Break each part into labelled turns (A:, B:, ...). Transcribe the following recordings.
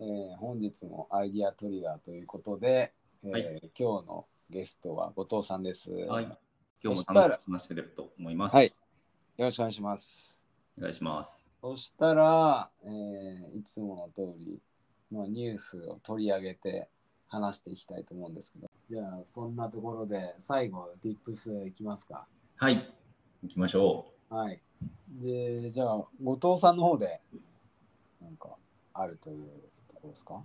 A: えー本日もアイディアトリガーということで、えー
B: はい
A: 今日のゲストは後藤さんです。
B: はい
A: よ。
B: 今日も楽しく話してれると思います。
A: はいろしくお願いします。
B: お願いします。
A: そしたら、えーいつもの通り、まあ、ニュースを取り上げて話していきたいと思うんですけど、じゃあそんなところで最後、Tips いきますか。
B: はい。行きましょ
A: はい。で、じゃあ、後藤さんの方で、なんか、あるというところですか
B: う。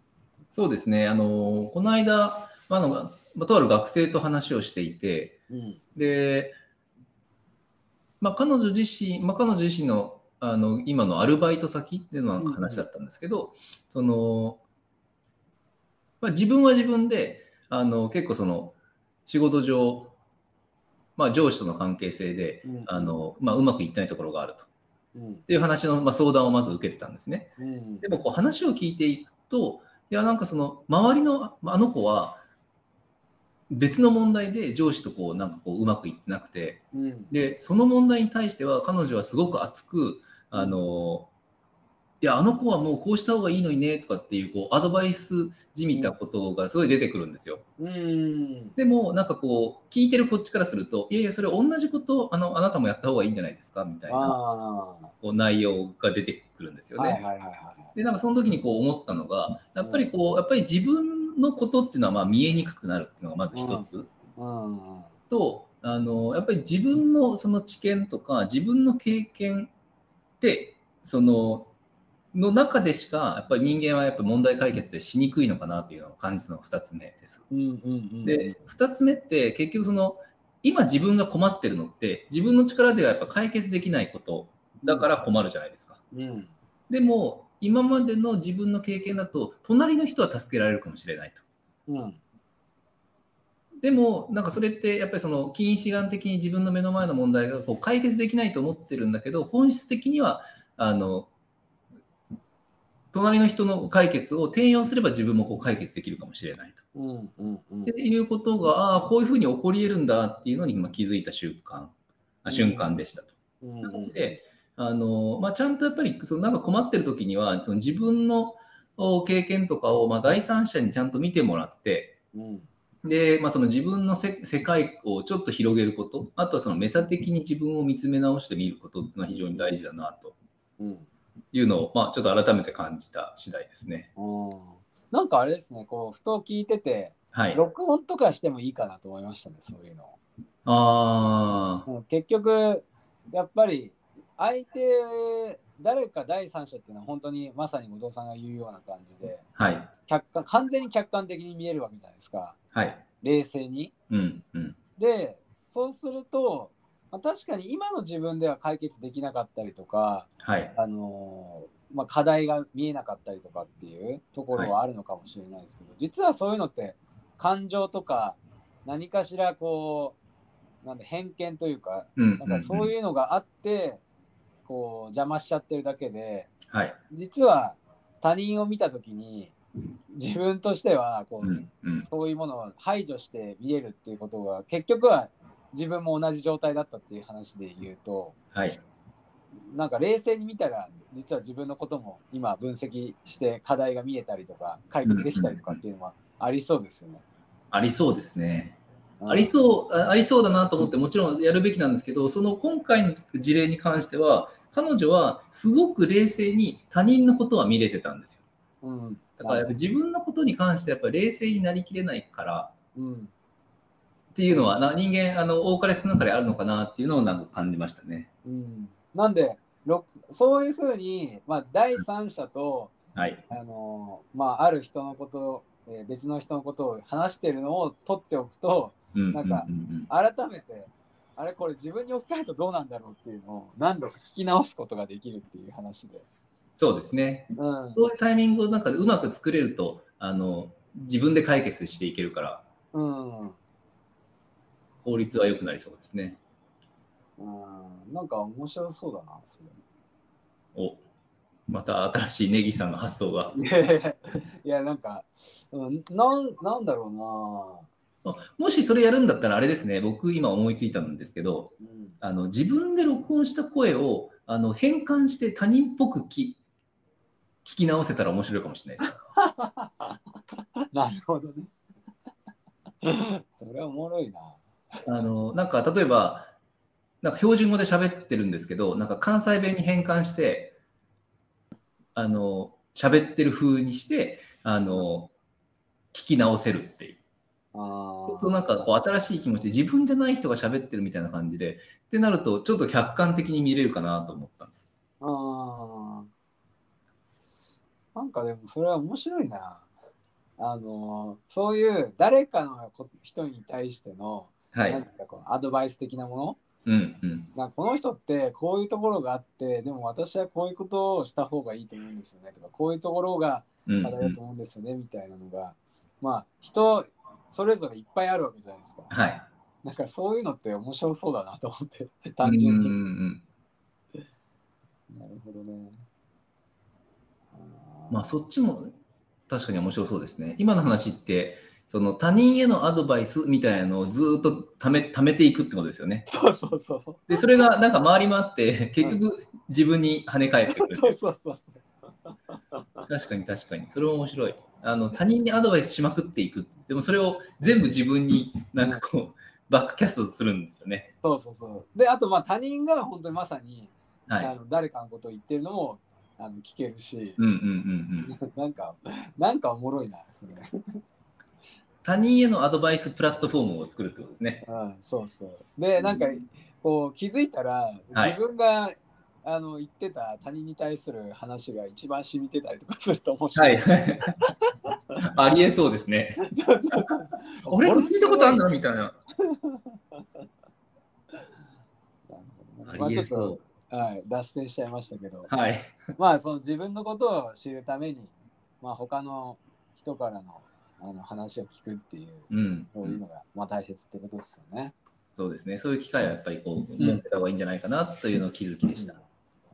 B: そうですね。あの、この間、あの、まあとある学生と話をしていて、
A: うん。
B: で、まあ、彼女自身、まあ、彼女自身の、あの、今のアルバイト先でのなんか話だったんですけど、その、まあ、自分は自分で、あの、結構その、仕事上、まあ、上司との関係性で、
A: うん
B: あ、の、まあ、うまくいってないところがあると。
A: うん
B: っ。ていう話の、まあ、相談をまず受けてたんですね。
A: うん
B: でもこう話を聞いていくと、いやなんかその周りのああの子は別の問題で上司とこうなんかこううまくいってなくて、
A: うん。
B: でその問題に対しては彼女はすごく熱く、あのいやあの子はもうこうした方がいいのにねとかっていうこうアドバイスじみたことがすごい出てくるんですよ。
A: うん。
B: でもなんかこう聞いてるこっちからすると、いやいやそれ同じことあのあなたもやった方がいいんじゃないですかみたいな
A: あ
B: こう内容が出てくるんです
A: あ。
B: よ
A: は
B: ね。
A: いはいはいは
B: でなんかその時にこう思ったのがやっぱりこうやっぱり自分のことっていうのはまあ見えにくくなるっていうのがまず一つ、
A: い。うん。
B: とあのやっぱり自分のその知見とか自分の経験ってそのの中でしかやっぱり人間はやっぱ問題解決でしにくいのかなっていうのを感じたのが2つ目です。
A: うんうんうん。
B: で2つ目って結局その今自分が困ってるのって自分の力ではやっぱ解決できないことだから困るじゃないですか。
A: うん。
B: でも今までの自分の経験だと隣の人は助けられるかもしれないと。
A: うん。
B: でもなんかそれってやっぱりその近視眼的に自分の目の前の問題がこう解決できないと思ってるんだけど本質的にはあの隣の人の解決を転用すれば自分もこう解決できるかもしれないと。
A: うんうんうん
B: っていうことがああこういうふうに起こり得るんだっていうのにまあ気づいた瞬間あ瞬間でしたと。
A: うん
B: なので、あのまあ、ちゃんとやっぱりそのなんか困ってる時にはその自分のお経験とかを、まあ、第三者にちゃんと見てもらって
A: うん
B: で、まあ、その自分のせ世界をちょっと広げることあとはそのメタ的に自分を見つめ直してみることっていうのは非常に大事だなと
A: うん
B: いうのを、まあ、ちょっと改めて感じた次第ですね。
A: うんなんかあれですね、こう、ふと聞いてて、
B: はい、
A: 録音とかしてもいいかなと思いましたね、そういうのを。
B: あー
A: うん結局やっぱり相手誰か第三者っていうのは本当にまさに後藤さんが言うような感じで
B: はい
A: 客観完全に客観的に見えるわけじゃないですか
B: はい
A: 冷静に。
B: うんうん
A: でそうすると、まあ確かに今の自分では解決できなかったりとか、
B: はい
A: あのーまあ、課題が見えなかったりとかっていうところはあるのかもしれないですけど、実はそういうのって感情とか何かしらこうなんで偏見というか
B: うん
A: な
B: うん
A: かそうんいうのがあって、こう邪魔しちゃってるだけで、
B: はい
A: 実は他人を見たときに、自分としてはこ
B: う
A: う、
B: んうん
A: そういうものを排除して見えるっていうことが、結局は自分も同じ状態だったっていう話で言うと、
B: はい
A: なんか冷静に見たら、実は自分のことも今分析して課題が見えたりとか、解決できたりとかっていうのはありそうですよね。
B: ありそうですね。ありそうあありそうだなと思ってもちろんやるべきなんですけどその今回の事例に関しては彼女はすごく冷静に他人のことは見れてたんですよ
A: うん。うん。
B: だからやっぱ自分のことに関してやっぱ冷静になりきれないから
A: うん。
B: っていうのはな人間あの多かれ少なかれあるのかなっていうのをなんか感じましたね
A: うん、なんでろそういうふうに、まあ、第三者と、
B: はい
A: あのーまあ、ある人のこと、えー別の人のことを話してるのを取っておくと
B: うんうんう
A: なんか
B: ん
A: 改めてあれこれ自分に置き換えるとどうなんだろうっていうのを何度か聞き直すことができるっていう話で、
B: そうですね
A: うん
B: そういうタイミングをなんかうまく作れるとあの自分で解決していけるから
A: うん
B: 効率は良くなりそうですね
A: うん、なんか面白そうだなそれ。
B: おまた新しいネギさんの発想が
A: いやいやいやなんか、うん、なんなんだろ
B: あもしそれやるんだったらあれですね、僕今思いついたんですけど、
A: うな、うん
B: あの自分で録音した声をあの変換して他人っぽくき聞き直せたら面白いかもしれないです。
A: なるほどね。それはおもろいな。
B: あのなんか例えばなんか標準語で喋ってるんですけどなんか関西弁に変換してあの喋ってる風にしてあの聞き直せるっていう
A: あ
B: そうすると
A: ー
B: なんかこう新しい気持ちで自分じゃない人が喋ってるみたいな感じでってなるとちょっと客観的に見れるかなと思ったんです。
A: あー。なんかでもそれは面白いな。あのーそういう誰かのこ人に対しての、
B: は
A: 何
B: い、
A: かこうアドバイス的なもの
B: うんうん、
A: なんかこの人ってこういうところがあってでも私はこういうことをした方がいいと思うんですよねとかこういうところが
B: うん
A: 課題だと思うんですよねみたいなのがまあ人それぞれいっぱいあるわけじゃないですか
B: はい。
A: なんかそういうのって面白そうだなと思って
B: う
A: 単
B: んう
A: 純
B: んう
A: に
B: ん
A: なるほどねあー
B: まあそっちも確かに面白そうですね。今の話ってその他人へのアドバイスみたいなのをずーっとためためていくってことですよね。
A: そうそうそう
B: でそれがなんか回り回って結局自分に跳ね返ってくる。
A: そうそうそうそう
B: 確かに確かにそれは面白いあの他人にアドバイスしまくっていくでもそれを全部自分になんかこうバックキャストするんですよね
A: そうそうそうであとまあ他人が本当にまさに、
B: はい
A: あの誰かのことを言ってるのもあの聞けるし、
B: うんうんうんうん
A: なんかなんかおもろいなそれ
B: 他人へのアドバイスプラットフォームを作るってことですね
A: うん、そうそう。で、なんか、こう、気づいたら、
B: はい
A: 自分が、あの、言ってた他人に対する話が一番染みてたりとかすると面白。
B: はいいありえそうですね
A: そうそうそう
B: 俺
A: これ
B: 聞いたことあるなみた いな
A: ま
B: あ
A: あ
B: り
A: ちょ
B: え
A: っと
B: そ、
A: はい、脱線しちゃいましたけど、
B: うはい
A: まあ、その自分のことを知るために、まあ、他の人からのあの話を聞くっていう、
B: うん、
A: そういうのが、まあ、大切ってことですよね。
B: そうですねそういう機会はやっぱりこう
A: うん
B: 設けた方がいいんじゃないかなというのを気づきでした、
A: わ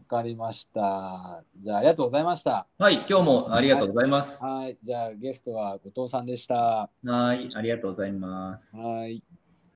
A: かりました。じゃあ、ありがとうございました。
B: はい今日もありがとうございます
A: はい、じゃあゲストは後藤さんでした。
B: はいありがとうございます
A: はい。